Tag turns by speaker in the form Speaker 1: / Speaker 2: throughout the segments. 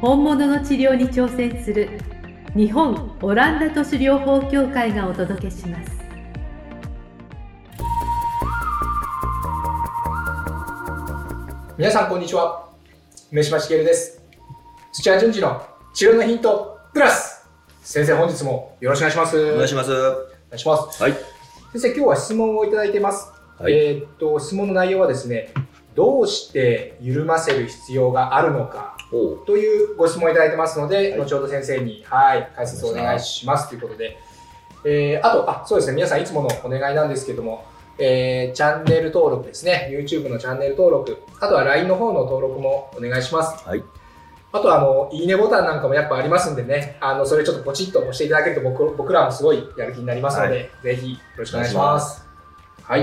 Speaker 1: 本物の治療に挑戦する日本オランダ都市療法協会がお届けします
Speaker 2: 皆さんこんにちは梅島茂です土屋順次の治療のヒントプラス先生本日もよろしくお願いします
Speaker 3: お願いします。は
Speaker 2: お願いします
Speaker 3: い。
Speaker 2: 先生今日は質問をいただいてます、
Speaker 3: はい
Speaker 2: えーっと質問の内容はですねどうして緩ませる必要があるのか
Speaker 3: おう
Speaker 2: というご質問いただいてますので、
Speaker 3: はい
Speaker 2: 後ほど先生に、はい、解説をお願いしますということで、えーあとあ、そうですね、皆さんいつものお願いなんですけども、えーチャンネル登録ですね、YouTube のチャンネル登録、あとは LINE の方の登録もお願いします。
Speaker 3: はい。
Speaker 2: あとはあの、いいねボタンなんかもやっぱありますんでね、あのそれちょっとポチッと押していただけると僕僕らもすごいやる気になりますので、
Speaker 3: は
Speaker 2: ぜひよろしくお願いします。はい。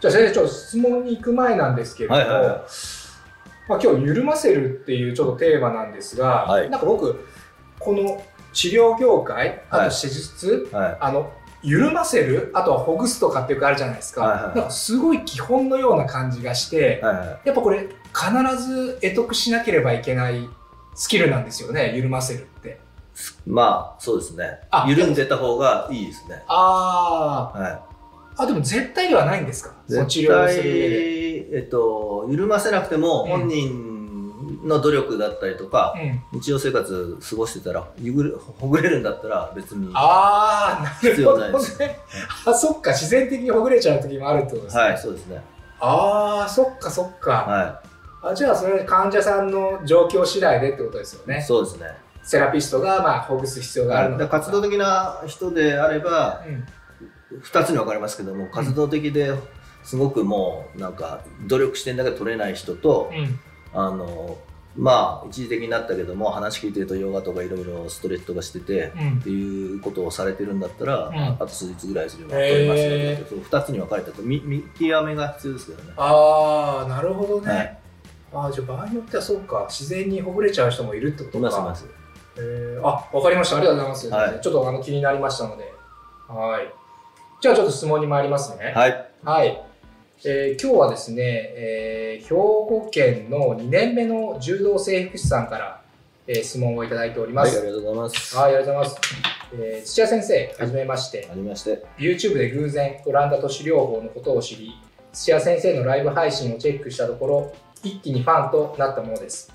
Speaker 2: じゃあ先生、ちょっと質問に行く前なんですけれども、
Speaker 3: はいはいは
Speaker 2: まあ、今日「緩ませる」っていうちょっとテーマなんですが、
Speaker 3: はい
Speaker 2: なんか僕この治療業界あ
Speaker 3: は
Speaker 2: と
Speaker 3: い
Speaker 2: 施術、
Speaker 3: い。はい。
Speaker 2: あの緩ませるあとはほぐすとかっていうかあるじゃないですか,、
Speaker 3: はいはいはい
Speaker 2: なんかすごい基本のような感じがして、
Speaker 3: は
Speaker 2: やっぱこれ必ず得得しなければいけないスキルなんですよね緩ませるって
Speaker 3: い。まあ、そうですね
Speaker 2: あ。
Speaker 3: 緩んでた方がいいですね。
Speaker 2: あ
Speaker 3: は
Speaker 2: ーあでも絶対ではないんですか
Speaker 3: い。
Speaker 2: その治
Speaker 3: 絶
Speaker 2: 療を
Speaker 3: 対、
Speaker 2: する上で、
Speaker 3: えっと、緩ませなくても、本人の努力だったりとか、
Speaker 2: うん、
Speaker 3: 日常生活過ごしてたら、ゆぐれほぐれるんだったら別に。は
Speaker 2: ああなるほど
Speaker 3: 必
Speaker 2: ねあそっか自然的にほぐれちゃう時もあるってことですね、
Speaker 3: い、そうですね。
Speaker 2: ああそっかそっか、
Speaker 3: は
Speaker 2: あじゃあそれ患者さんの状況次第でってことですよ
Speaker 3: い。
Speaker 2: ね
Speaker 3: そうですね。
Speaker 2: セラピストがまあほぐす必要があるの
Speaker 3: で活動的な人であれば、
Speaker 2: うん
Speaker 3: 二つに分かれますけども、活動的で、すごくもう、なんか、努力してんだけど取れない人と、
Speaker 2: うん
Speaker 3: あのまあ一時的になったけども話聞いてるとヨガとかいろいろストレッチとかしてて
Speaker 2: うん
Speaker 3: っていうことをされてるんだったら、
Speaker 2: うん
Speaker 3: あと数日ぐらいすれば取れますよねってそう2つに分かれたと見見極めが必要ですけどね。
Speaker 2: ああなるほどね、
Speaker 3: はい、
Speaker 2: ああじゃあ場合によってはそうか自然にほぐれちゃう人もいるってこと
Speaker 3: い
Speaker 2: か
Speaker 3: ますいま
Speaker 2: え
Speaker 3: す。
Speaker 2: ーあわかりましたありがとうございます、
Speaker 3: はい
Speaker 2: ちょっとあの気になりましたのではいじゃあちょっと質問に参りますね
Speaker 3: はい、
Speaker 2: はい、えー今日はですね、えー兵庫県の2年目の柔道整復師さんから、えー質問をいただいておりま
Speaker 3: はい、あ
Speaker 2: す、
Speaker 3: りがとうございます。
Speaker 2: はい、ありがとうございます。えー土屋先生、はじめまして。
Speaker 3: ありまして、
Speaker 2: YouTube で偶然、オランダ都市療法のことを知り、土屋先生のライブ配信をチェックしたところ、一気にファンとなったものです。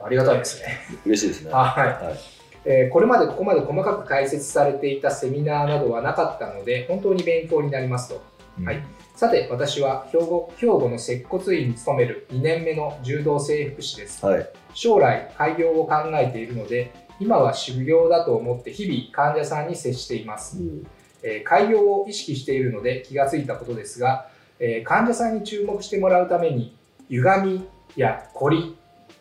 Speaker 2: ありがたいですね。
Speaker 3: 嬉しいですね。
Speaker 2: はい。
Speaker 3: はい、
Speaker 2: えーこれまでここまで細かく解説されていたセミナーなどはなかったので、本当に勉強になりますと。はい
Speaker 3: うん
Speaker 2: さて、私は兵庫兵庫の接骨院に勤める2年目の柔道整復師です。
Speaker 3: はい、
Speaker 2: 将来開業を考えているので今は修行だと思って日々患者さんに接しています、えー開業を意識しているので気がついたことですが、えー患者さんに注目してもらうために歪みや凝り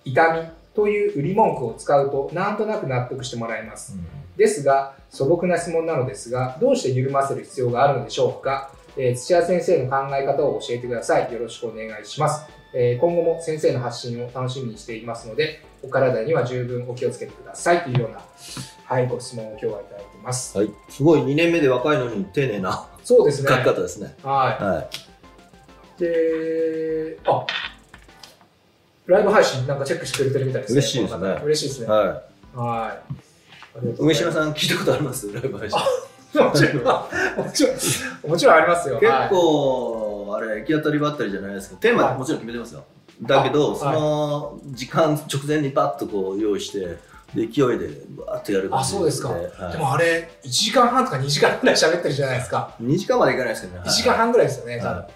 Speaker 2: 痛みという売り文句を使うとなんとなく納得してもらえますですが素朴な質問なのですがどうして緩ませる必要があるのでしょうか、えー土屋先生の考え方を教えてくださいよろしくお願いします、えー今後も先生の発信を楽しみにしていますのでお体には十分お気をつけてくださいというようなはいご質問を今日はいただいてます
Speaker 3: はい、すごい2年目で若いのに丁寧な
Speaker 2: そうです
Speaker 3: 書
Speaker 2: ね
Speaker 3: き方ですね。
Speaker 2: は
Speaker 3: はい
Speaker 2: であライブ配信なんかチェックしてくれてるみたいですね
Speaker 3: 嬉しいですね
Speaker 2: この方嬉しいです
Speaker 3: い、
Speaker 2: ねはい
Speaker 3: は
Speaker 2: ありがとう
Speaker 3: い、
Speaker 2: ご
Speaker 3: 梅
Speaker 2: ざい
Speaker 3: 島
Speaker 2: ます
Speaker 3: さん聞いたことあります？ライブ配信。
Speaker 2: もちろんもちろんもちろんありますよ
Speaker 3: 結
Speaker 2: はい
Speaker 3: 構、あれ行き当たりばったりじゃないですけどテー
Speaker 2: は
Speaker 3: マ
Speaker 2: い
Speaker 3: もちろん決めてますよ、だけど、
Speaker 2: はい
Speaker 3: その時間直前にバッとこう用意してで勢いでバーッとやる感
Speaker 2: あ
Speaker 3: じ
Speaker 2: そうですか
Speaker 3: はい
Speaker 2: でもあれ、1時間半とか2時間ぐらい喋ってるじゃないですか。
Speaker 3: 2時間までいかないですけどね
Speaker 2: 1時間半ぐらいですよね、多分
Speaker 3: は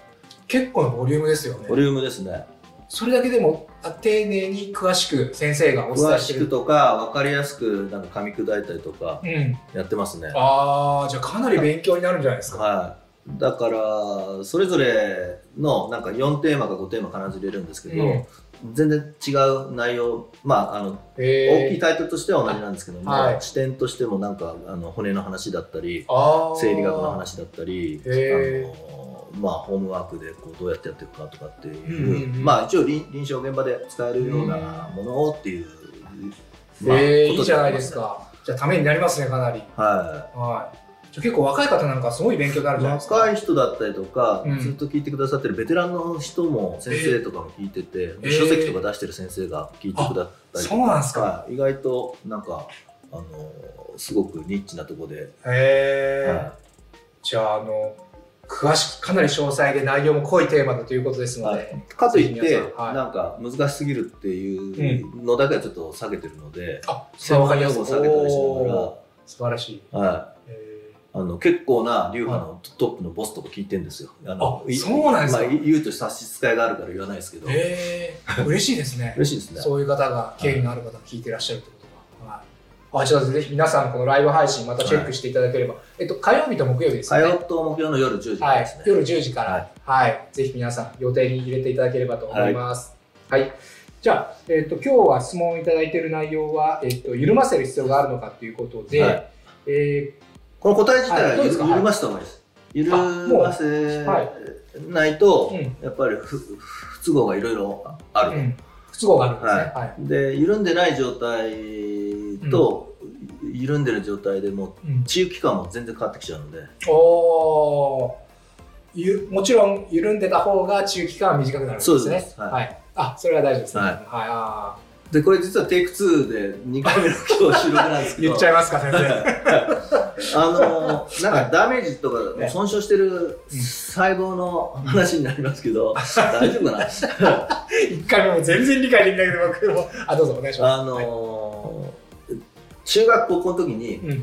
Speaker 2: 結構のボリュームですよ
Speaker 3: い、ボリ
Speaker 2: ね。
Speaker 3: ュームですね
Speaker 2: それだけでも、あ丁寧に詳しく先生がお伝
Speaker 3: 詳
Speaker 2: えして
Speaker 3: しく
Speaker 2: る。
Speaker 3: とか分かりやすくなんか噛み砕いたりとか
Speaker 2: うん。
Speaker 3: やってますね
Speaker 2: ああ、じゃあかなり勉強になるんじゃないですか。
Speaker 3: はいだからそれぞれのなんか4テーマか5テーマ必ず入れるんですけど、
Speaker 2: うん
Speaker 3: 全然違う内容、まあ、あの大きい
Speaker 2: えー、
Speaker 3: タイトルとしては同じなんですけども、
Speaker 2: はい
Speaker 3: 視点としてもなんかあの骨の話だったり
Speaker 2: あー
Speaker 3: 生理学の話だったり、
Speaker 2: へ
Speaker 3: あのまあ、ホームワークでこうどうやってやっていくかとかっていう、
Speaker 2: うんうんうん
Speaker 3: まあ、一応臨臨床現場で使えるようなものをっていう、まあ
Speaker 2: えー、い
Speaker 3: こと
Speaker 2: いじゃないです
Speaker 3: あり
Speaker 2: か。じゃあ、ためになりますね、かなり。
Speaker 3: ますね。はい
Speaker 2: はい。じゃあ結構若い方なんかすごい勉強になるじゃないですか。
Speaker 3: 若い人だったりとか、
Speaker 2: うん
Speaker 3: ずっと聞いてくださってるベテランの人も先生とかも聞いてて、
Speaker 2: えー
Speaker 3: 書籍とか出してる先生が聞いてくださったりと
Speaker 2: そ
Speaker 3: か
Speaker 2: うなんですか。
Speaker 3: はい意外となんか、あのすごくニッチなとこで、
Speaker 2: へえ、
Speaker 3: は
Speaker 2: じゃあ、あの、詳しく、かなり詳細で内容も濃いテーマだということですので。
Speaker 3: はいいかとい
Speaker 2: ぜ
Speaker 3: っ
Speaker 2: ひ
Speaker 3: て、
Speaker 2: 皆さんはい
Speaker 3: なんか難しすぎるっていうのだけはちょっと下げてるので、
Speaker 2: あ、そ
Speaker 3: 専
Speaker 2: れは分か
Speaker 3: 門
Speaker 2: りや
Speaker 3: 用
Speaker 2: すい。
Speaker 3: 語を下げたりしな
Speaker 2: おー
Speaker 3: が
Speaker 2: 素晴らしい。
Speaker 3: ら、は
Speaker 2: え
Speaker 3: い、あの結構な流派のトップのボスとか聞いてるんですよ。あの
Speaker 2: あ
Speaker 3: い
Speaker 2: そうなんですか
Speaker 3: まあ、言うと差し支えがあるから言わないですけど、
Speaker 2: ー、えー、嬉しいですね。
Speaker 3: 嬉しいですね。
Speaker 2: そういう方が、敬意のある方が聞いてらっしゃるってことが。はい。あ、じゃあぜひ皆さんこのライブ配信またチェックしていただければ。えっと、火曜日と木曜日です
Speaker 3: 火
Speaker 2: よね。
Speaker 3: 曜と木曜の夜10時か
Speaker 2: は
Speaker 3: ら
Speaker 2: い
Speaker 3: です、ね。
Speaker 2: 夜10時から、はいぜひ皆さん予定に入れていただければと思います。はい、じゃあ、えっと今日は質問いただいている内容は、えっと緩ませる必要があるのかということで、
Speaker 3: はい
Speaker 2: え
Speaker 3: この答え自体
Speaker 2: は
Speaker 3: はいゆ
Speaker 2: どうで
Speaker 3: る
Speaker 2: すか
Speaker 3: 緩ませた方がいいです。緩ませ
Speaker 2: もうは
Speaker 3: ないと
Speaker 2: う、ん
Speaker 3: やっぱり不不都合がいろいろあ
Speaker 2: ー
Speaker 3: る。
Speaker 2: うん、不都合があるんですね。はい
Speaker 3: で緩んでない状態と、緩んでる状態でも
Speaker 2: うん
Speaker 3: 治癒期間も全然変わってきちゃうので、
Speaker 2: おーゆもちろん緩んでた方が中期間は短くなるんですね。
Speaker 3: そうです
Speaker 2: は
Speaker 3: はいい
Speaker 2: あそれは大丈夫ですね。は
Speaker 3: はい
Speaker 2: い、あ
Speaker 3: でこれ実はテイク2で2回目の今日収録なんです
Speaker 2: ー
Speaker 3: けど
Speaker 2: 言っちゃいますか、先生。
Speaker 3: あのーなんかダメージとか
Speaker 2: ね
Speaker 3: 損傷してる細胞の話になりますけど、大丈夫かな
Speaker 2: 一回目も全然理解できないけど、僕も。あ、どうぞお願いします。
Speaker 3: あのー中学高校の時に、
Speaker 2: うん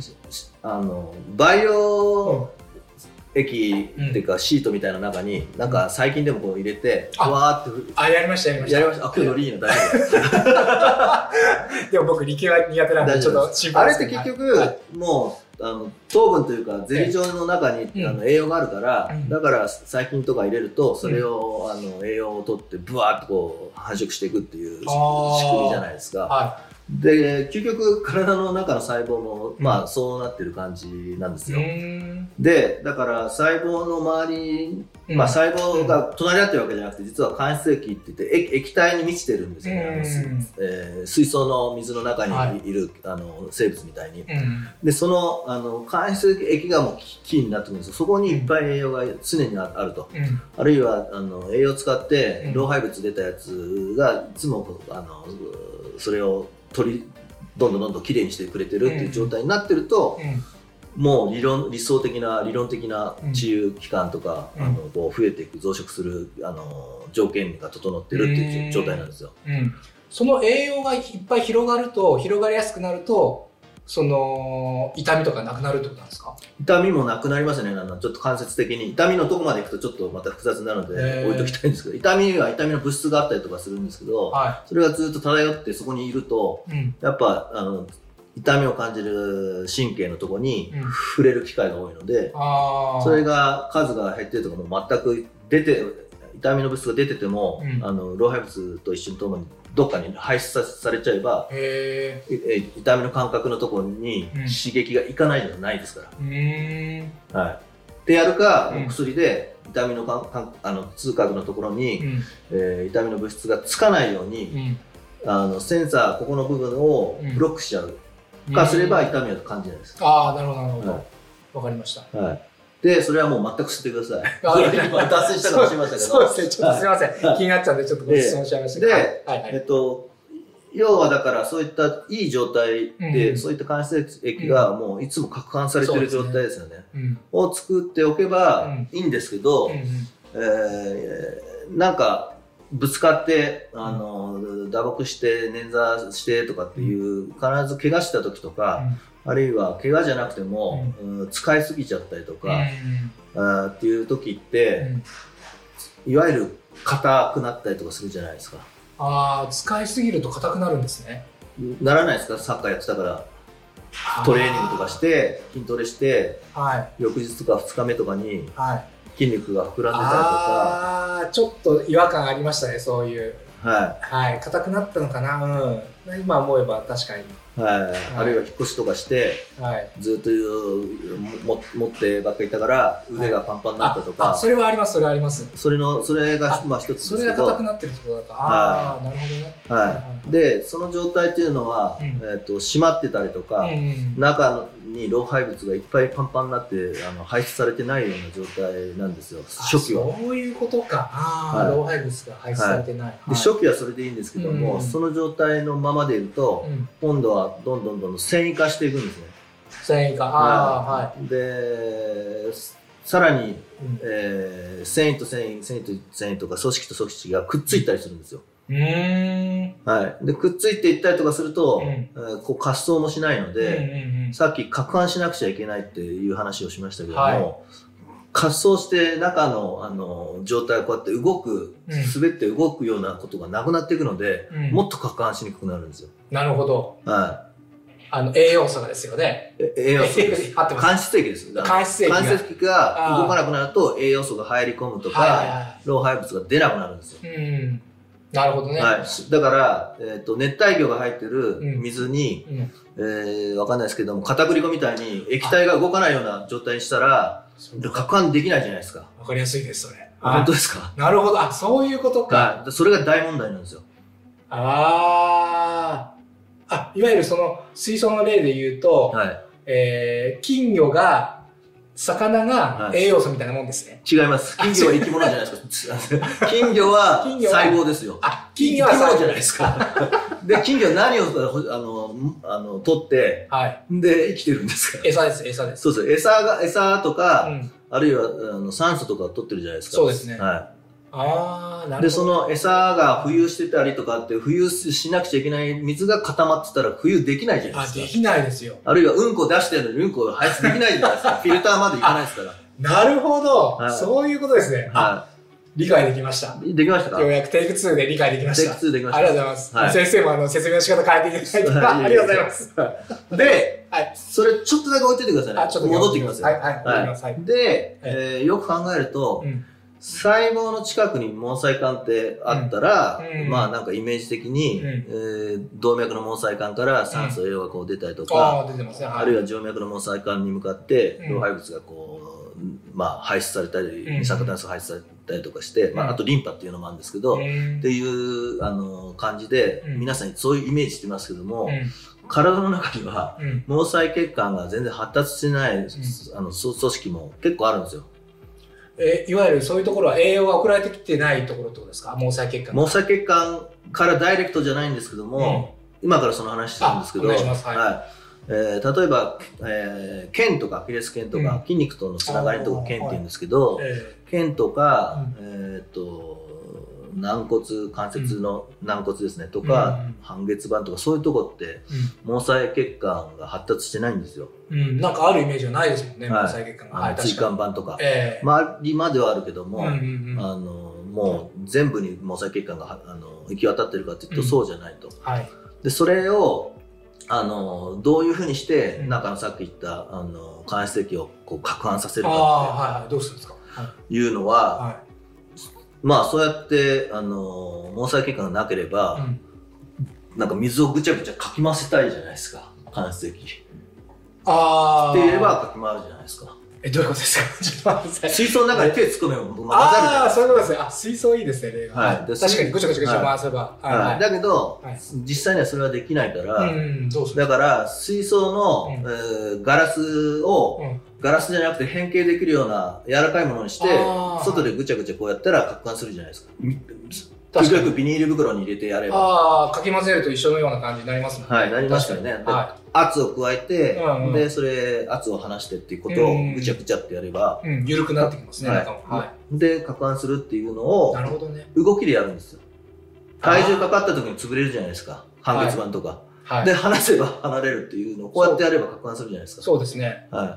Speaker 3: あの培
Speaker 2: う
Speaker 3: 養
Speaker 2: ん
Speaker 3: 液っていうかシートみたいな中に、なんか細菌でもこう入れて、
Speaker 2: あ
Speaker 3: わーって
Speaker 2: あ、やりました、やりました。
Speaker 3: やりました。あ、今日の リーの大丈夫です。
Speaker 2: でも僕理系は苦手なんで
Speaker 3: 大
Speaker 2: ち
Speaker 3: 丈
Speaker 2: ょっ
Speaker 3: 夫
Speaker 2: と心
Speaker 3: です。あ
Speaker 2: 配
Speaker 3: れ
Speaker 2: で
Speaker 3: っ
Speaker 2: す
Speaker 3: て
Speaker 2: けど
Speaker 3: 結
Speaker 2: はい
Speaker 3: 局、もう、あの、糖分というか、ゼリ状の中
Speaker 2: ええ
Speaker 3: に、あの、栄養があるから
Speaker 2: うん、
Speaker 3: だから、細菌とか入れると、それを、あの、栄養を取って、ブワーッとこう、繁殖していくっていう仕
Speaker 2: あー
Speaker 3: 組みじゃないですか。
Speaker 2: は
Speaker 3: で、究極、体の中の細胞も、
Speaker 2: う
Speaker 3: ま
Speaker 2: ん
Speaker 3: あ、そうなってる感じなんです
Speaker 2: い。
Speaker 3: よ。
Speaker 2: ん。
Speaker 3: で、だから、細胞の周り、まあ、細胞が隣り合ってるわけじゃなくて、実は間質液って言って液、液体に満ちてるんですよね。あのす
Speaker 2: うん
Speaker 3: えー水槽の水の中
Speaker 2: は
Speaker 3: にいる、あの生物みたいに。
Speaker 2: うん。
Speaker 3: で、その、あの、間質液がもうキキーになってくるんですよ。そこにいっぱい栄養が常にああると。
Speaker 2: うん。
Speaker 3: あるいは、あの、栄養を使って
Speaker 2: うん、
Speaker 3: 老廃物出たやつが、いつも、あの、それを取り、どんどんどんどんきれいにしてくれてるっていう状態になってると、
Speaker 2: うん。
Speaker 3: もう理論理想的な理論的な治癒期間とか、
Speaker 2: うん
Speaker 3: あのこう増えていく増殖するあの条件が整ってるっていう状態なんですよ。
Speaker 2: うん。その栄養がいっぱい広がると、広がりやすくなると、その、痛みとかなくなるってことなんですか
Speaker 3: 痛みもなくなりますねあのちょっと間接的に痛みのとこまでいくとちょっとまた複雑になるの
Speaker 2: へー
Speaker 3: で置いときたいんですけど痛みには痛みの物質があったりとかするんですけど
Speaker 2: は
Speaker 3: それがずっと漂ってそこにいると
Speaker 2: い。うん。
Speaker 3: やっぱあの痛みを感じる神経のとこに
Speaker 2: うん
Speaker 3: 触れる機会が多いので、
Speaker 2: ああ。
Speaker 3: それが数が減ってるとかもう全く出て痛みの物質が出てても、
Speaker 2: うん
Speaker 3: あの老廃物と一緒にともにどっかに排出さされちゃえば
Speaker 2: へ
Speaker 3: ええ痛みの感覚のところに
Speaker 2: うん
Speaker 3: 刺激がいかないじゃないですか
Speaker 2: え。うーん。
Speaker 3: ら。はい、でやるか、
Speaker 2: うん
Speaker 3: 薬で痛みのかんかんあの痛覚のところに、
Speaker 2: うん。
Speaker 3: えー痛みの物質がつかないように、あのセンサーここの部分をブロックしちゃう
Speaker 2: うん。
Speaker 3: かすれば痛みは感じないです。
Speaker 2: ああ、なるほど、なるほど。
Speaker 3: は
Speaker 2: わ、かりました。
Speaker 3: はい、でそれはもう全く捨ててください。
Speaker 2: あー
Speaker 3: 今脱線したかもしれましたけど。
Speaker 2: そうですね、ちょっとすみません。
Speaker 3: はい
Speaker 2: 気になっちゃうんで、ちょっとご質問しちゃいましたけど。
Speaker 3: で
Speaker 2: はい、はい
Speaker 3: え。っと、要はだからそういったいい状態で、
Speaker 2: うん
Speaker 3: そういった関節液がもういつも攪拌されてる
Speaker 2: そう
Speaker 3: 状
Speaker 2: ですね
Speaker 3: 態ですよね。
Speaker 2: うん。
Speaker 3: を作っておけば
Speaker 2: うん
Speaker 3: いいんですけど、
Speaker 2: うんうん
Speaker 3: えーなんかぶつかって、あの、打撲して、捻挫してとかっていう、必ず怪我した時とか、あるいは怪我じゃなくても、うん使いすぎちゃったりと
Speaker 2: うん。
Speaker 3: か、あーっていう時って、いわゆる硬くなったりとかするじゃないですか。
Speaker 2: ああ、使いすぎると硬くなるんですね。
Speaker 3: ならないですかサッカーやってたから。トレーニングとかして筋トレして
Speaker 2: はい
Speaker 3: 翌日とか2日目とかに
Speaker 2: はい
Speaker 3: 筋肉が膨らんでたりとか、
Speaker 2: あーちょっと違和感ありましたねそういう
Speaker 3: は
Speaker 2: はい硬くなったのかなうん今思えば確かに
Speaker 3: いはい、あるいは引っ越しとかして
Speaker 2: はい
Speaker 3: ずっともも持ってばっかりいたから腕がパンパンになったとか、
Speaker 2: あそれはありますそれはあります
Speaker 3: それのそれが
Speaker 2: あ
Speaker 3: まあ一つ
Speaker 2: そ
Speaker 3: で
Speaker 2: れ
Speaker 3: すけ
Speaker 2: が
Speaker 3: ど
Speaker 2: 硬くなってるってことだからああーなるほどね
Speaker 3: はい、でその状態というのは、
Speaker 2: うん
Speaker 3: えー、と締まってたりとか、
Speaker 2: うん
Speaker 3: 中に老廃物がいっぱいパンパンになってあの排出されてないような状態なんですよ
Speaker 2: あ
Speaker 3: 初期は。
Speaker 2: そういうことかああ、
Speaker 3: はい
Speaker 2: 老廃物が排出されてない、
Speaker 3: で初期はそれでいいんですけど
Speaker 2: う
Speaker 3: も、
Speaker 2: ん
Speaker 3: その状態のままでいると、
Speaker 2: うん
Speaker 3: 今度はどんどんどんどん繊維化していくんですね。
Speaker 2: 繊維化ああはい、
Speaker 3: でさらに、
Speaker 2: うん
Speaker 3: えー繊維と繊維繊維と繊維とか組織と組織がくっついたりするんですよ。
Speaker 2: うーん
Speaker 3: はい、でくっついていったりとかすると、
Speaker 2: うん
Speaker 3: えーこう滑走もしないので。
Speaker 2: うんうんうん
Speaker 3: さっき、攪拌しなくちゃいけないっていう話をしましたけども、
Speaker 2: はい
Speaker 3: 滑走して中のあの状態がこうやって動く、
Speaker 2: うん
Speaker 3: 滑って動くようなことがなくなっていくので、
Speaker 2: うん
Speaker 3: もっと攪拌しにくくなるんですよ。
Speaker 2: なるほど
Speaker 3: は
Speaker 2: あの栄養素がですよね
Speaker 3: い。え栄養素です。
Speaker 2: 合ってます
Speaker 3: 間質液です。だから
Speaker 2: 間質液が
Speaker 3: 間質液が
Speaker 2: あー
Speaker 3: 動かなくなると栄養素が入り込むとか、
Speaker 2: は
Speaker 3: 老廃物が出なくなるんですよ。
Speaker 2: いはいはいうんなるほどね、
Speaker 3: はい、だから、えーと、熱帯魚が入ってる
Speaker 2: うん
Speaker 3: 水に、
Speaker 2: うん、
Speaker 3: えーわかんないですけども、片栗粉みたいに液体が動かないような状態にしたら、
Speaker 2: そう
Speaker 3: 攪拌できないじゃないですか。
Speaker 2: わかりやすいですそれ
Speaker 3: 本当ですか
Speaker 2: なるほどあそういうことか、
Speaker 3: はい。それが大問題なんですよ。
Speaker 2: あああいわゆるその水槽の例で言うと、
Speaker 3: は
Speaker 2: えー金魚が魚が
Speaker 3: はい
Speaker 2: 栄養素みたいなもんですね、
Speaker 3: い。違います。金魚は生き物じゃないです か。金魚は
Speaker 2: 金
Speaker 3: 細
Speaker 2: 魚は
Speaker 3: 胞ですよ。
Speaker 2: あ金魚は
Speaker 3: 生き
Speaker 2: 魚
Speaker 3: 物じゃないですか。で、金魚何をあのあの取って、
Speaker 2: はい
Speaker 3: で、生きてるんですから。
Speaker 2: 餌です餌です、
Speaker 3: そうです。餌が、餌と
Speaker 2: う
Speaker 3: か、
Speaker 2: ん、
Speaker 3: あるいはあの酸素とかを取ってるじゃないですか。
Speaker 2: そうですね
Speaker 3: は。
Speaker 2: ああない
Speaker 3: で、
Speaker 2: る
Speaker 3: そ
Speaker 2: ほど
Speaker 3: の餌が浮遊してたりとかって、浮遊しなくちゃいけない水が固まってたら浮遊できないじゃない
Speaker 2: あ
Speaker 3: ですか
Speaker 2: で。きないですよ
Speaker 3: あるいはうんこ出してるのにうんこ排出できないじゃないです か。フィルターまでいかないですから。
Speaker 2: なるほど、
Speaker 3: はい
Speaker 2: そういうことですね、あ
Speaker 3: は
Speaker 2: 理解できました
Speaker 3: い。できましたか
Speaker 2: ようやくテイク2で理解できま
Speaker 3: テ
Speaker 2: し
Speaker 3: イ
Speaker 2: た
Speaker 3: ク2できました。
Speaker 2: ありがとうございます、
Speaker 3: はい
Speaker 2: 先生もあの説明の仕方変えていただいて
Speaker 3: はい
Speaker 2: ありがとうございます
Speaker 3: で、
Speaker 2: はい
Speaker 3: それちょっとだけ置いといてくださいね。
Speaker 2: あちょっと
Speaker 3: 戻ってきますよ。
Speaker 2: はいはい戻ってきますはい
Speaker 3: で、
Speaker 2: はい
Speaker 3: えーよく考えると、
Speaker 2: うん
Speaker 3: 細胞の近くに毛細管ってあったら、
Speaker 2: うんうん
Speaker 3: まあなんかイメージ的に、
Speaker 2: うん
Speaker 3: えー動脈の毛細管から酸素栄養がこう出たりとか、
Speaker 2: あー出てますね
Speaker 3: あるいは静脈の毛細管に向かって
Speaker 2: うん
Speaker 3: 老廃物がこう、まあ、排出されたり
Speaker 2: うん
Speaker 3: 二酸化炭素が排出されたりとかして、ま
Speaker 2: うん
Speaker 3: あ、あとリンパっていうのもあるんですけど、
Speaker 2: う
Speaker 3: っ
Speaker 2: ん
Speaker 3: ていうあの感じで、
Speaker 2: うん
Speaker 3: 皆さんそういうイメージしてますけども、
Speaker 2: うん
Speaker 3: 体の中には
Speaker 2: うん
Speaker 3: 毛細血管が全然発達してない、あのそ組織も結構あるんですよ
Speaker 2: えいわゆるそういうところは栄養が送られてきてないところってことですか毛細血管
Speaker 3: 毛細血管からダイレクトじゃないんですけども、今からその話するんですけど
Speaker 2: あお願いしますはい
Speaker 3: えー例えば、えー、腱とかアキレス腱とか、
Speaker 2: うん
Speaker 3: 筋肉とのつながりのとこ
Speaker 2: あー
Speaker 3: 腱って言うんですけど、
Speaker 2: うんえ
Speaker 3: 腱とか、えーっと軟骨関節の軟骨ですね、とか、
Speaker 2: うん
Speaker 3: 半月板とかそういうとこって
Speaker 2: ーうん
Speaker 3: 毛細血管が発達してないんですよ、
Speaker 2: うん、なんかあるイメージはないですもんね、毛
Speaker 3: はい
Speaker 2: 細血管が。
Speaker 3: あの椎間板とか、
Speaker 2: ええ
Speaker 3: 周りまではあるけども、
Speaker 2: うんうんうん。
Speaker 3: あ
Speaker 2: は
Speaker 3: のもう全部に毛細血管がはあの行き渡ってるかというと、
Speaker 2: うん
Speaker 3: そうじゃないと
Speaker 2: い。
Speaker 3: でそれをあのどういうふうにして、
Speaker 2: うん
Speaker 3: 中のさっき言ったあの関節液をこう攪拌させる
Speaker 2: あ
Speaker 3: か
Speaker 2: あ、はいはい。どうするんですかは
Speaker 3: というの
Speaker 2: い。
Speaker 3: は、
Speaker 2: は
Speaker 3: まあそうやってあの毛細血管がなければ、
Speaker 2: いうん
Speaker 3: なんか水をぐちゃぐちゃかき回せたいじゃないですか関節液って
Speaker 2: ああ。
Speaker 3: 言えばかき回るじゃないですか
Speaker 2: え、どういうことですか ちょっと待ってください。
Speaker 3: 水槽の中に手突っ込めば混ざるじゃ
Speaker 2: あ
Speaker 3: な
Speaker 2: あ、
Speaker 3: いです
Speaker 2: そういう
Speaker 3: か
Speaker 2: ことですね。あ、水槽いいですね、例が。
Speaker 3: はいで
Speaker 2: 確かに、ぐちゃぐちゃぐちゃ回せば。はい
Speaker 3: はい
Speaker 2: は
Speaker 3: だけど、
Speaker 2: はい
Speaker 3: 実際にはそれはできないから、
Speaker 2: い。うん、どうする
Speaker 3: だから水槽の、
Speaker 2: うん
Speaker 3: えーガラスを、
Speaker 2: うん
Speaker 3: ガラスじゃなくて変形できるような柔らかいものにして
Speaker 2: あー
Speaker 3: 外でぐちゃぐちゃこうやったら攪拌するじゃないですか
Speaker 2: 確
Speaker 3: 結
Speaker 2: かに。
Speaker 3: 局ビニール袋に入れてやれば
Speaker 2: ああ、かき混ぜると一緒のような感じになりますもんね。
Speaker 3: はいなりますよね
Speaker 2: 確か
Speaker 3: 圧を加えて、
Speaker 2: うんうん
Speaker 3: でそれ圧を離してっていうこと
Speaker 2: う
Speaker 3: を
Speaker 2: ん
Speaker 3: ぐちゃぐちゃってやれば、
Speaker 2: にはい。うん、緩くなってきますね、
Speaker 3: はい
Speaker 2: 中も。は
Speaker 3: で攪拌するっていうの
Speaker 2: い。
Speaker 3: を
Speaker 2: なるほどね。
Speaker 3: 動きでやるんですよ
Speaker 2: あー
Speaker 3: 体重かかった時に潰れるじゃないですか半月板とか、
Speaker 2: は
Speaker 3: で
Speaker 2: い。
Speaker 3: 離せば離れるっていうのをこうやってやれば攪拌するじゃないですか
Speaker 2: そうですね。
Speaker 3: はい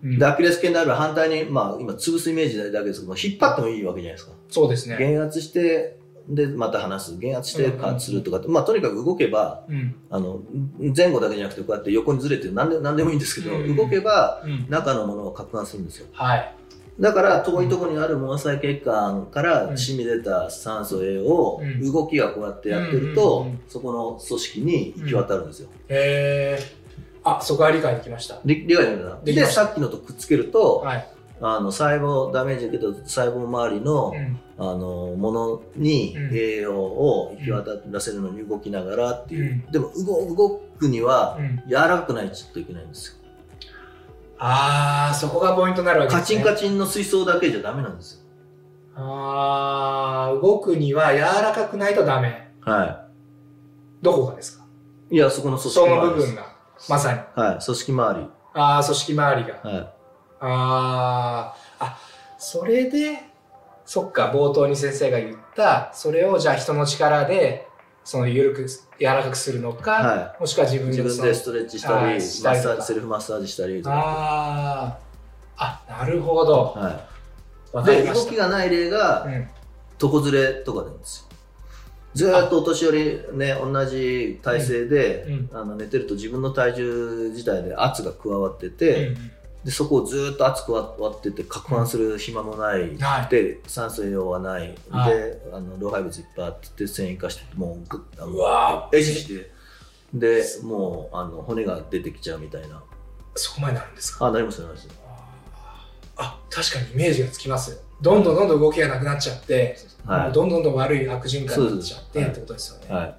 Speaker 2: うん
Speaker 3: でアキレス腱であれば反対に、まあ、今潰すイメージだけですけども引っ張ってもいいわけじゃないですか
Speaker 2: そうですね。
Speaker 3: 減圧してでまた離す減圧して
Speaker 2: うんうんうん
Speaker 3: するとかって、まあ、とにかく動けば
Speaker 2: うん。
Speaker 3: あの前後だけじゃなくてこうやって横にずれて何で何でもいいんですけど、
Speaker 2: うん
Speaker 3: 動けば
Speaker 2: うん。
Speaker 3: 中のものを攪拌するんですよ
Speaker 2: はい。
Speaker 3: だから遠いところにある毛細血管から染み出た酸素栄を
Speaker 2: うん
Speaker 3: 動きがこうやってやってる
Speaker 2: うん
Speaker 3: と
Speaker 2: うんうん
Speaker 3: そこの組織に行き渡るんですよ。
Speaker 2: えー、あそこは理解できました。
Speaker 3: 理理解できるかな
Speaker 2: できま
Speaker 3: で
Speaker 2: した
Speaker 3: さっきのとくっつけると
Speaker 2: はい。
Speaker 3: あの細胞ダメージ受けた細胞周りの
Speaker 2: うん
Speaker 3: あのものに
Speaker 2: うん
Speaker 3: 栄養を行き渡らせるのに動きながらっていう、
Speaker 2: う
Speaker 3: でも動動くには
Speaker 2: うん、
Speaker 3: 柔らかくないといけないんですよ
Speaker 2: ああそこがポイントになるわけで
Speaker 3: カ
Speaker 2: す
Speaker 3: チ
Speaker 2: ね。
Speaker 3: ンカチンの水槽だけじゃダメなんですよ
Speaker 2: ああ動くには柔らかくないとダメ。
Speaker 3: は
Speaker 2: どこがですか
Speaker 3: いいやそこの組織
Speaker 2: その
Speaker 3: 周
Speaker 2: 部
Speaker 3: りです
Speaker 2: 分が。まさに。
Speaker 3: はい組織周り
Speaker 2: ああ組織周りが。
Speaker 3: は
Speaker 2: あーあそれでそっか冒頭に先生が言ったそれをじゃあ人の力でその緩く柔らかくするのか、
Speaker 3: い、は
Speaker 2: もしくは自
Speaker 3: い、
Speaker 2: 分
Speaker 3: 自
Speaker 2: で
Speaker 3: 分
Speaker 2: その
Speaker 3: でストレッチしたり
Speaker 2: は
Speaker 3: マ
Speaker 2: い
Speaker 3: ッ
Speaker 2: した
Speaker 3: サ
Speaker 2: りとか
Speaker 3: ージセルフマッサージしたりとか
Speaker 2: あーあなるほど
Speaker 3: は
Speaker 2: わ
Speaker 3: い、
Speaker 2: かり
Speaker 3: で
Speaker 2: ま
Speaker 3: 動
Speaker 2: し
Speaker 3: きがない例
Speaker 2: た、
Speaker 3: が
Speaker 2: うん
Speaker 3: 床ずれとかなんですよずーっとお年寄りね同じ体勢で、
Speaker 2: うん
Speaker 3: あの寝てると自分の体重自体で圧が加わって
Speaker 2: う
Speaker 3: て、
Speaker 2: ん
Speaker 3: でそこをずーっと熱く割ってて攪拌する暇もない、
Speaker 2: うん、はい
Speaker 3: で酸素栄養はない、
Speaker 2: はい
Speaker 3: であの老廃物いっぱいあって繊維化してもうぐあ
Speaker 2: う
Speaker 3: の
Speaker 2: わ
Speaker 3: 壊死してでもうあの骨が出てきちゃうみたいな
Speaker 2: そこまでなるんですか
Speaker 3: あなりますよなりますよ
Speaker 2: あ確かにイメージがつきますどんどんどんどん動きがなくなっちゃって、もう
Speaker 3: は
Speaker 2: どんどんどん悪い悪循環になっちゃって
Speaker 3: そうです
Speaker 2: ってことですよね、
Speaker 3: い、はい、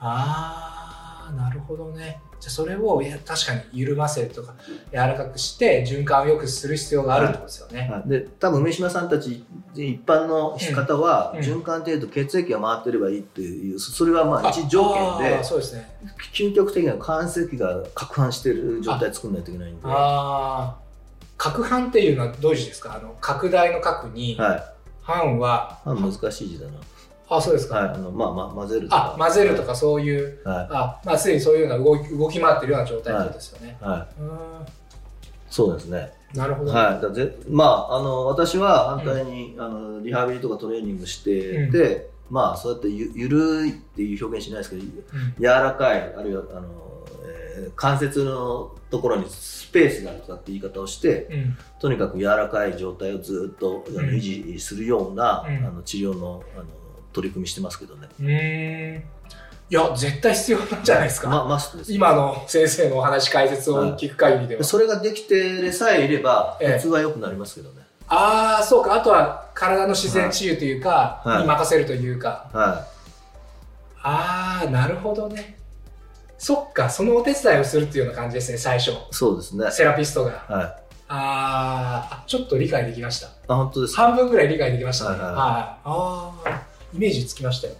Speaker 2: ああなるほどねじゃあそれをいや確かに緩ませるとか柔らかくして循環を良くする必要があるってことですよね、
Speaker 3: はいで多分梅島さんたち一般の方は
Speaker 2: うん
Speaker 3: 循環程度血液が回ってればいいっていうそそれはまあ一条件
Speaker 2: あ
Speaker 3: で
Speaker 2: ーそうですね
Speaker 3: 究極的には関節が攪拌してる状態作んないといけないんで、は
Speaker 2: ああ角半っていうのはどういう字ですかあの拡大の角に
Speaker 3: い、
Speaker 2: 半は、
Speaker 3: あ難しい字だな
Speaker 2: あそうですか、
Speaker 3: はい、あのまあ、ま混ぜると
Speaker 2: あ
Speaker 3: か。
Speaker 2: 混ぜるとかそういう
Speaker 3: は
Speaker 2: あまあすでにそういうような動き動き回ってるような状態ってことですよね、
Speaker 3: い。は
Speaker 2: うーん
Speaker 3: い。そうですね。
Speaker 2: なるほど、
Speaker 3: はい。だぜまあ、あの、私は反対に、あの、リハビリとかトレーニングしてて、まあ、そうやってゆ、ゆるいっていう表現しないですけど、
Speaker 2: うん
Speaker 3: 柔らかい、あるいは、あの、えー関節のところにスペースがあるとかって言い方をして、
Speaker 2: うん
Speaker 3: とにかく柔らかい状態をずっと、あの
Speaker 2: うん
Speaker 3: 維持するような、
Speaker 2: うん
Speaker 3: あの治療のあの取り組みしてますけどね。
Speaker 2: うーんいや絶対必要なんじゃないですか、
Speaker 3: まマストです。
Speaker 2: 今の先生のお話解説を聞く限りでは、
Speaker 3: それができてさえいれば、
Speaker 2: ええ
Speaker 3: 普通は良くなりますけどね。
Speaker 2: ああそうかあとは体の自然治癒というか、
Speaker 3: はい
Speaker 2: に任せるというか
Speaker 3: はい。
Speaker 2: ああなるほどねそっかそのお手伝いをするっていうような感じですね最初
Speaker 3: そうですね。はい。
Speaker 2: セラピストが
Speaker 3: あ、
Speaker 2: あーあちょっと理解できました
Speaker 3: 本当ですか。
Speaker 2: 半分ぐらい理解できましたね
Speaker 3: はいはい
Speaker 2: はいああイメージつきましたよ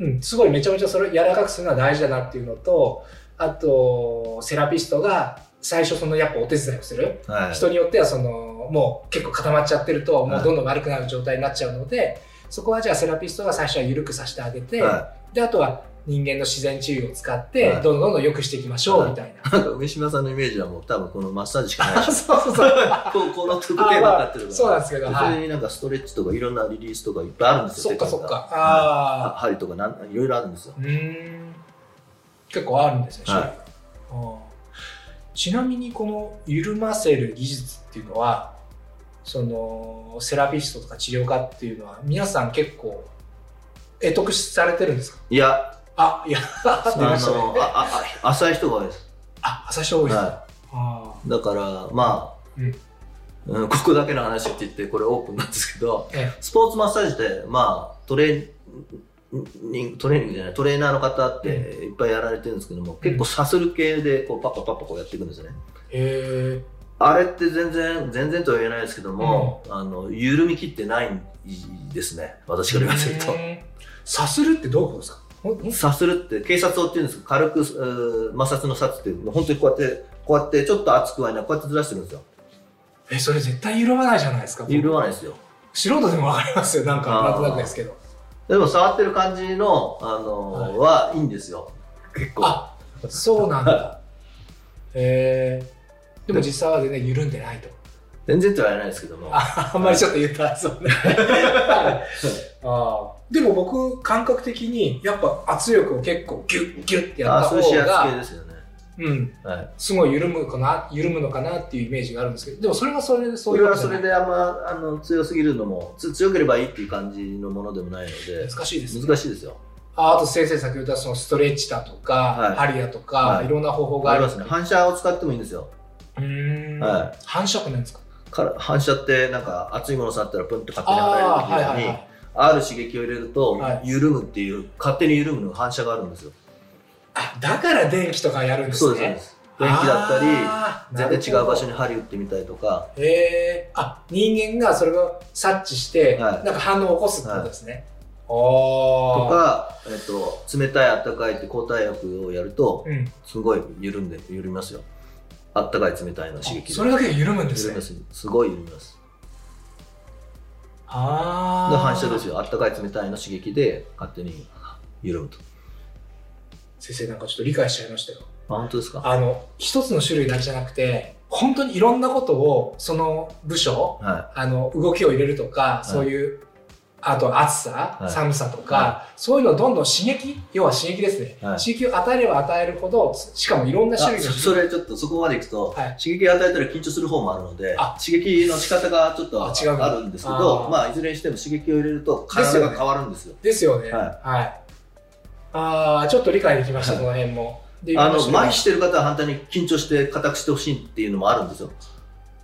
Speaker 2: うんすごいめちゃめちゃそれ柔らかくするのは大事だなっていうのとあとセラピストが最初そのやっぱお手伝いをする
Speaker 3: はい。
Speaker 2: 人によってはそのもう結構固まっちゃってるともうどんどん悪くなる状態になっちゃうので、そこはじゃあセラピストが最初は緩くさせてあげて、
Speaker 3: は
Speaker 2: であとは人間の自然治癒を使って
Speaker 3: はい
Speaker 2: どんどんどんどん良くしていきましょうみたいな、
Speaker 3: い。なんか、上島さんのイメージはもう多分このマッサージしかないで
Speaker 2: あ
Speaker 3: しょ。
Speaker 2: そうそうそう
Speaker 3: こうこの特定分
Speaker 2: あま
Speaker 3: か
Speaker 2: あ
Speaker 3: ってるから。
Speaker 2: そうなんですけど、は
Speaker 3: そ
Speaker 2: い、
Speaker 3: れになんかストレッチとかいろんなリリースとかいっぱいあるんです
Speaker 2: そ
Speaker 3: よ。
Speaker 2: っかそっ
Speaker 3: テクニ
Speaker 2: か
Speaker 3: ックがはいは
Speaker 2: あ
Speaker 3: 針とかなんいろいろあるんですよ
Speaker 2: あ。うーん結構あるんですね、種類
Speaker 3: は
Speaker 2: がうんちなみにこの緩ませる技術っていうのはそのセラピストとか治療家っていうのは皆さん結構得得されてるんですか
Speaker 3: いや、
Speaker 2: あ、いや、
Speaker 3: あ
Speaker 2: 出ましたね
Speaker 3: の、。あ、あ、あ浅い人が多いです。
Speaker 2: あ、朝青い。あ
Speaker 3: は
Speaker 2: あ
Speaker 3: い。だから、まあ、
Speaker 2: うん
Speaker 3: うんここだけの話って言って、これオープンなんですけど、
Speaker 2: ー。え
Speaker 3: スポーツマッサージで、まあ、トレーニング、トレーニングじゃない、トレーナーの方っていっぱいやられてるんですけども、結構さする系で、こう、パッパパッパこうやっていくんですよね。
Speaker 2: え
Speaker 3: あれって全然、全然とは言えないですけども、あの、緩み切ってないんですね、私から言わせる
Speaker 2: う
Speaker 3: と。
Speaker 2: ーんさするってどういうことですかほんほん
Speaker 3: さするって、警察をっていうんですけど、軽く、うー摩擦の札って、もう本当にこうやって、こうやって、ちょっと熱くはない、こうやってずらしてるんですよ。
Speaker 2: え、それ絶対揺らわないじゃないですか。
Speaker 3: 緩まないですよ。
Speaker 2: 素人でもわかりますよ。なんか、
Speaker 3: あー
Speaker 2: なんとなくですけど。
Speaker 3: でも、触ってる感じの、あの
Speaker 2: はい
Speaker 3: はいいんですよ。結構。
Speaker 2: あ、そうなんだ。えー。でも実際は全然緩んでないと。
Speaker 3: 全然とは言えないですけども。
Speaker 2: ああんまりちょっと言ったらそうね。あーでも僕、感覚的に、やっぱ圧力を結構ギュッギュッってや
Speaker 3: あ
Speaker 2: った
Speaker 3: そういう
Speaker 2: 方
Speaker 3: 指圧系
Speaker 2: が、
Speaker 3: ですよね。
Speaker 2: うん、
Speaker 3: はい、
Speaker 2: すごい緩むかな緩むのかなっていうイメージがあるんですけどでもそれはそれでそ
Speaker 3: そう
Speaker 2: い
Speaker 3: れ
Speaker 2: うわ
Speaker 3: は
Speaker 2: けじゃ
Speaker 3: そ
Speaker 2: な
Speaker 3: れ
Speaker 2: い
Speaker 3: であんまあの強すぎるのもつ強ければいいっていう感じのものでもないので
Speaker 2: 難しいですね
Speaker 3: 難しいですよ
Speaker 2: ああと先生先ほど言ったそのストレッチだとか、
Speaker 3: はい
Speaker 2: 針だとか、、
Speaker 3: はいい
Speaker 2: ろんな方法が
Speaker 3: あ
Speaker 2: あ
Speaker 3: り
Speaker 2: る
Speaker 3: ますね反射を使ってもいいんですよ
Speaker 2: うーん、
Speaker 3: は
Speaker 2: 反射区なんですか
Speaker 3: から反射ってなんか熱いもの触ったらプンって勝手に
Speaker 2: ああ
Speaker 3: 離
Speaker 2: は
Speaker 3: れ
Speaker 2: いはい
Speaker 3: るように、
Speaker 2: はい
Speaker 3: ある刺激を入れると
Speaker 2: はい
Speaker 3: 緩むっていう、勝手に緩むのが反射があるんですよ
Speaker 2: あだから電気とかやるんです
Speaker 3: そう
Speaker 2: ね
Speaker 3: ですそうです電気だったり
Speaker 2: あー
Speaker 3: 全然違う場所
Speaker 2: なる
Speaker 3: に針打ってみたりとか
Speaker 2: ほどへえあ人間がそれを察知して、
Speaker 3: はい
Speaker 2: なんか反応を起こすってことですね、
Speaker 3: と
Speaker 2: ああ
Speaker 3: か、えっと、冷たいあったかいって交代薬をやると
Speaker 2: うん
Speaker 3: すごい緩んで緩みますよあったかい冷たいの刺激で
Speaker 2: それだけで緩むんです
Speaker 3: 緩み
Speaker 2: ね
Speaker 3: ますすごい緩みます
Speaker 2: ああ
Speaker 3: で反射ですよあったかい冷たいの刺激で勝手に緩むと
Speaker 2: 先生なんかちょっと理解しちゃいましたよ
Speaker 3: あ本当ですか
Speaker 2: あの一つの種類だけじゃなくて本当にいろんなことをその部署
Speaker 3: は
Speaker 2: あの動きを入れるとか、そういうあと暑さ、
Speaker 3: はい
Speaker 2: 寒さとか、
Speaker 3: は
Speaker 2: そういうのをどんどん刺激要は刺激ですね、
Speaker 3: はい
Speaker 2: 刺激を与えれば与えるほどしかもいろん
Speaker 3: い
Speaker 2: な
Speaker 3: あ
Speaker 2: 種類の
Speaker 3: そそれちょっとそこまでいくと、
Speaker 2: はい
Speaker 3: 刺激を与えたら緊張する方もあるので
Speaker 2: あ
Speaker 3: 刺激の仕方がちょっと
Speaker 2: あ違うんだ
Speaker 3: あるんですけ
Speaker 2: あ
Speaker 3: ど
Speaker 2: ー
Speaker 3: まあ、いずれにしても刺激を入れると
Speaker 2: です
Speaker 3: 体
Speaker 2: よね
Speaker 3: が変わるんですよ
Speaker 2: ですよね
Speaker 3: はい
Speaker 2: ああちょっと理解できました、
Speaker 3: はい
Speaker 2: その辺もで
Speaker 3: あの
Speaker 2: いろんな
Speaker 3: 麻痺してる方は反対に緊張して硬くしてほしいっていうのもあるんですよ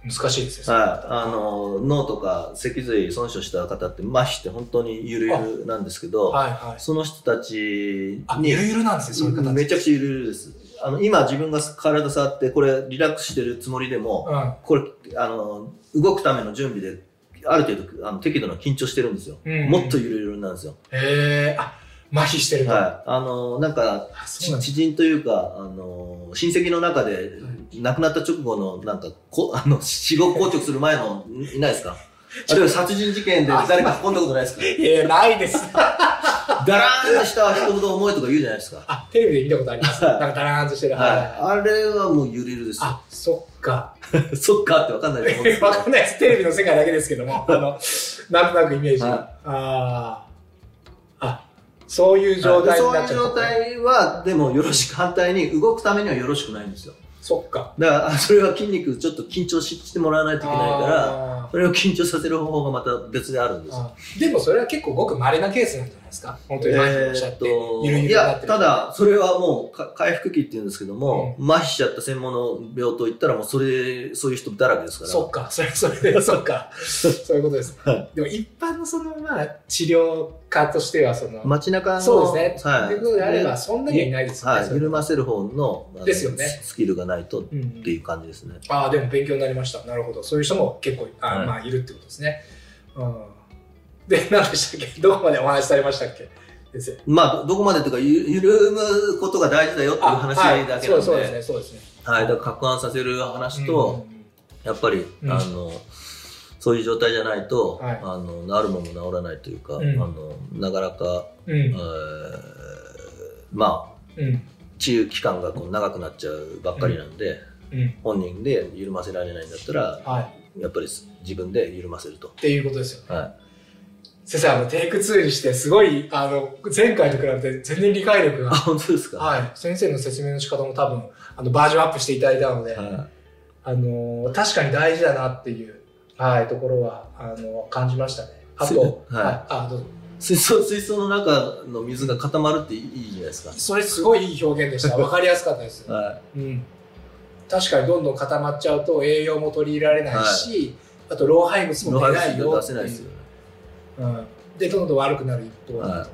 Speaker 2: 種類難しいですよ、
Speaker 3: はい、あの脳とか脊髄損傷した方って麻痺って本当にゆるゆるなんですけど、
Speaker 2: はいはい
Speaker 3: その人たち
Speaker 2: あ
Speaker 3: に
Speaker 2: ゆるゆるなんですねそういう形
Speaker 3: めちゃくちゃゆるゆるですあの今自分が体触ってこれリラックスしてるつもりでも、これあの動くための準備である程度あの適度な緊張してるんですよ、
Speaker 2: うんうん
Speaker 3: もっとゆるゆるなんですよ、
Speaker 2: うん、へえあ麻痺してると、
Speaker 3: はい、あのなんか
Speaker 2: あそう
Speaker 3: ち
Speaker 2: なんです
Speaker 3: 知人というかあの親戚の中で亡くなった直後のなんかこ あの死後硬直する前のんいないです かあるいは殺人事件で誰か運んだことないですか
Speaker 2: いやないです
Speaker 3: ダラーンとした人ほど重いとか言うじゃないですか、
Speaker 2: あ、テレビで見たことあります。なんかダラーンとしてる。はいはいはい
Speaker 3: はい、あれはもうゆるゆるです よ
Speaker 2: あ、そっか。
Speaker 3: そっかってわかんないと思うんですけど
Speaker 2: わかんないです。 テレビの世界だけですけども、あの、なんとなくイメージ。
Speaker 3: はい
Speaker 2: ああ。あ、そういう状態に
Speaker 3: そう
Speaker 2: な
Speaker 3: いう
Speaker 2: っちゃった。
Speaker 3: 状態はでもよろしく反対に動くためにはよろしくないんですよ
Speaker 2: そっか。
Speaker 3: だからあそれは筋肉ちょっと緊張ししてもらわないといけないから
Speaker 2: あ
Speaker 3: それを緊張させる方法がまた別であるんで
Speaker 2: ー
Speaker 3: すよ
Speaker 2: あでもそれは結構ごく稀なケースなんじゃないですか。本当にマイクおっしゃって、ゆるゆる
Speaker 3: い
Speaker 2: になっ
Speaker 3: や
Speaker 2: てる。
Speaker 3: ただそれはもうか回復期っていうんですけども、麻痺しちゃった専門の病棟行ったらもうそれそういう人だらけですから
Speaker 2: そっか、それはそれ で、そっか。そういうことです
Speaker 3: は。
Speaker 2: でも一般のその、まあ、治療家としては、その、
Speaker 3: 街中の
Speaker 2: そうですね。
Speaker 3: はい
Speaker 2: ということであれば、そんなにはいないですよね。
Speaker 3: はい、緩ませる方のあの
Speaker 2: ですよね
Speaker 3: スキルがないとっ
Speaker 2: うんうん
Speaker 3: ていう感じですね、
Speaker 2: ああ、でも勉強になりました。なるほど。そういう人も結構、あー
Speaker 3: はい
Speaker 2: まあ、いるってことですね。うん。で、何でしたっけ どこまでお話しされましたっけ先生。
Speaker 3: まあどこまでというかゆ緩むことが大事だよっていう話
Speaker 2: はい
Speaker 3: だけ
Speaker 2: そ
Speaker 3: な
Speaker 2: う
Speaker 3: の
Speaker 2: そう
Speaker 3: で、
Speaker 2: ですね、そうですね。
Speaker 3: はい、だから攪拌させる話と、
Speaker 2: うんうんうん
Speaker 3: やっぱり、
Speaker 2: うん
Speaker 3: あのそういう状態じゃないと、
Speaker 2: はい
Speaker 3: あの治るもの治らないというか、
Speaker 2: うん
Speaker 3: あのなかなか、
Speaker 2: うん
Speaker 3: えーまあ
Speaker 2: うん
Speaker 3: 治癒期間がこう長くなっちゃうばっかりなんで、
Speaker 2: うん
Speaker 3: 本人で緩ませられないんだったら
Speaker 2: はい。
Speaker 3: やっぱり自分で緩ませると。
Speaker 2: っていうことですよね。
Speaker 3: は
Speaker 2: 先生、あの、テイク2にして、すごい、あの、前回と比べて全然理解力
Speaker 3: あ
Speaker 2: が、
Speaker 3: 本当ですか、
Speaker 2: はい。先生の説明の仕方も多分、あの、バージョンアップしていただいたので、
Speaker 3: は
Speaker 2: あのー確かに大事だなっていう、はい、ところは、あのー感じましたね。あと、
Speaker 3: はい
Speaker 2: あ、どうぞ。
Speaker 3: い、水槽水槽の中の水が固まるっていいいいじゃないですか。
Speaker 2: それすごいいい表現で した。わかりやすかったです。
Speaker 3: は
Speaker 2: うん。確かにどんどん固まっちゃうと栄養も取り入れられないし、あと老廃
Speaker 3: い、
Speaker 2: 物も
Speaker 3: ノハ
Speaker 2: 出
Speaker 3: ウス
Speaker 2: ないよ
Speaker 3: 出せないですよね。
Speaker 2: うん。で、どんどん悪くなる一方だと。
Speaker 3: はい
Speaker 2: うん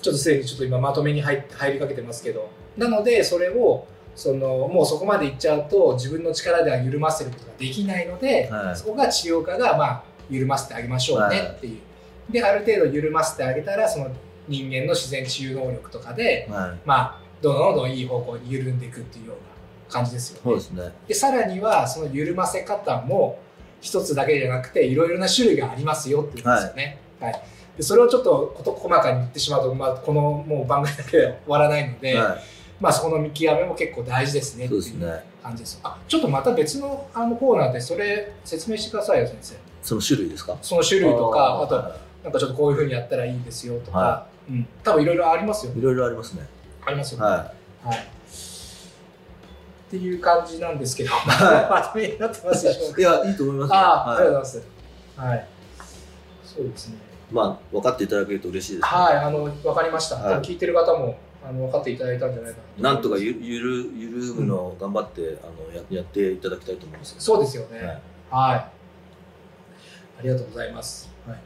Speaker 2: ちょっとすでにちょっと今まとめに入って入りかけてますけど、なのでそれを、そのもうそこまでいっちゃうと自分の力では緩ませることができないので、
Speaker 3: はい
Speaker 2: そこが治療家が、まあ、緩ませてあげましょう
Speaker 3: はい
Speaker 2: ねっていう、である程度緩ませてあげたらその人間の自然治癒能力とかで、
Speaker 3: はい、
Speaker 2: まあ、どんどんどんどんいい方向に緩んでいくっていうような感じですよね。
Speaker 3: そうですね。
Speaker 2: でさらにはその緩ませ方も一つだけじゃなくていろいろな種類がありますよってことですよね。はいでそれをちょっと事細かに言ってしまうと、まあ、このもう番組だけでは終わらないので、
Speaker 3: は
Speaker 2: まあ、そこの見極めも結構大事ですね
Speaker 3: い、
Speaker 2: っ
Speaker 3: そ
Speaker 2: て
Speaker 3: うです
Speaker 2: いう
Speaker 3: ね。
Speaker 2: 感じです。あちょっとまた別のあのコーナーでそれ説明してくださいよ先生。
Speaker 3: その種類ですか。
Speaker 2: その種類とかあ
Speaker 3: ー
Speaker 2: となんかちょっとこういうふうにやったらいいですよとか、
Speaker 3: は
Speaker 2: うん、多分いろいろありますよ
Speaker 3: いろいろありますね。
Speaker 2: ありますよね。
Speaker 3: は
Speaker 2: はい、っていう感じなんですけど、 まとめになってますでしょうか。
Speaker 3: いや、いいと思いますよ。
Speaker 2: ああ、ありがとうござい
Speaker 3: は
Speaker 2: ます。はい。そうですね。
Speaker 3: い、まあ、分かっていただけると嬉しいです、
Speaker 2: はい、あの、わかりました。
Speaker 3: はい
Speaker 2: 多分聞いてる方も、あの、分かっていただいたんじゃないかな。
Speaker 3: なんとかゆゆるゆるむのを頑張って、あのややっていただきたいと思います。
Speaker 2: そうですよね。
Speaker 3: はい
Speaker 2: はい。ありがとうございます。はい、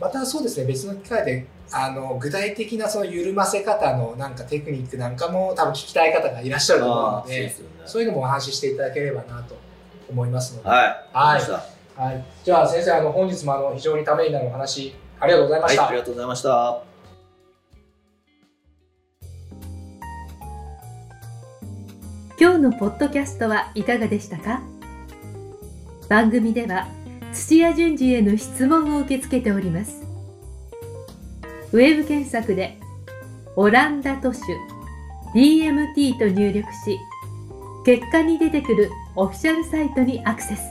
Speaker 2: またそうですね、別の機会で、あの具体的なその緩ませ方のなんかテクニックなんかも多分聞きたい方がいらっしゃると思う
Speaker 3: ああ、
Speaker 2: の
Speaker 3: そう
Speaker 2: で、
Speaker 3: で
Speaker 2: そう
Speaker 3: すよね。
Speaker 2: いうのもお話ししていただければなと思いますので。
Speaker 3: はい。
Speaker 2: はい
Speaker 3: わかりました
Speaker 2: はい、じゃあ先生、あの本日もあの非常にためになるお話、ありがとうございま
Speaker 3: は
Speaker 2: し
Speaker 3: い、
Speaker 2: た。
Speaker 3: ありがとうございました。
Speaker 1: 今日のポッドキャストはいかがでしたか番組では土屋順次への質問を受け付けておりますウェブ検索で「オランダ都市 DMT」と入力し結果に出てくるオフィシャルサイトにアクセス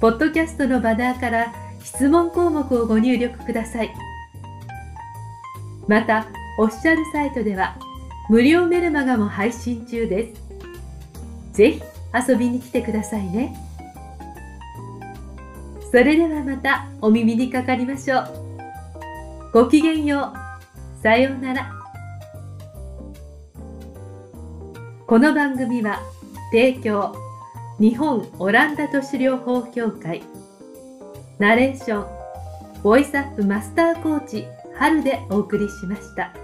Speaker 1: ポッドキャストのバナーから質問項目をご入力くださいまたオフィシャルサイトでは「無料メルマガも配信中です。ぜひ遊びに来てくださいね。それではまたお耳にかかりましょう。ごきげんよう。さようなら。この番組は提供日本オランダ都市療法協会ナレーションボイスアップマスターコーチ春でお送りしました。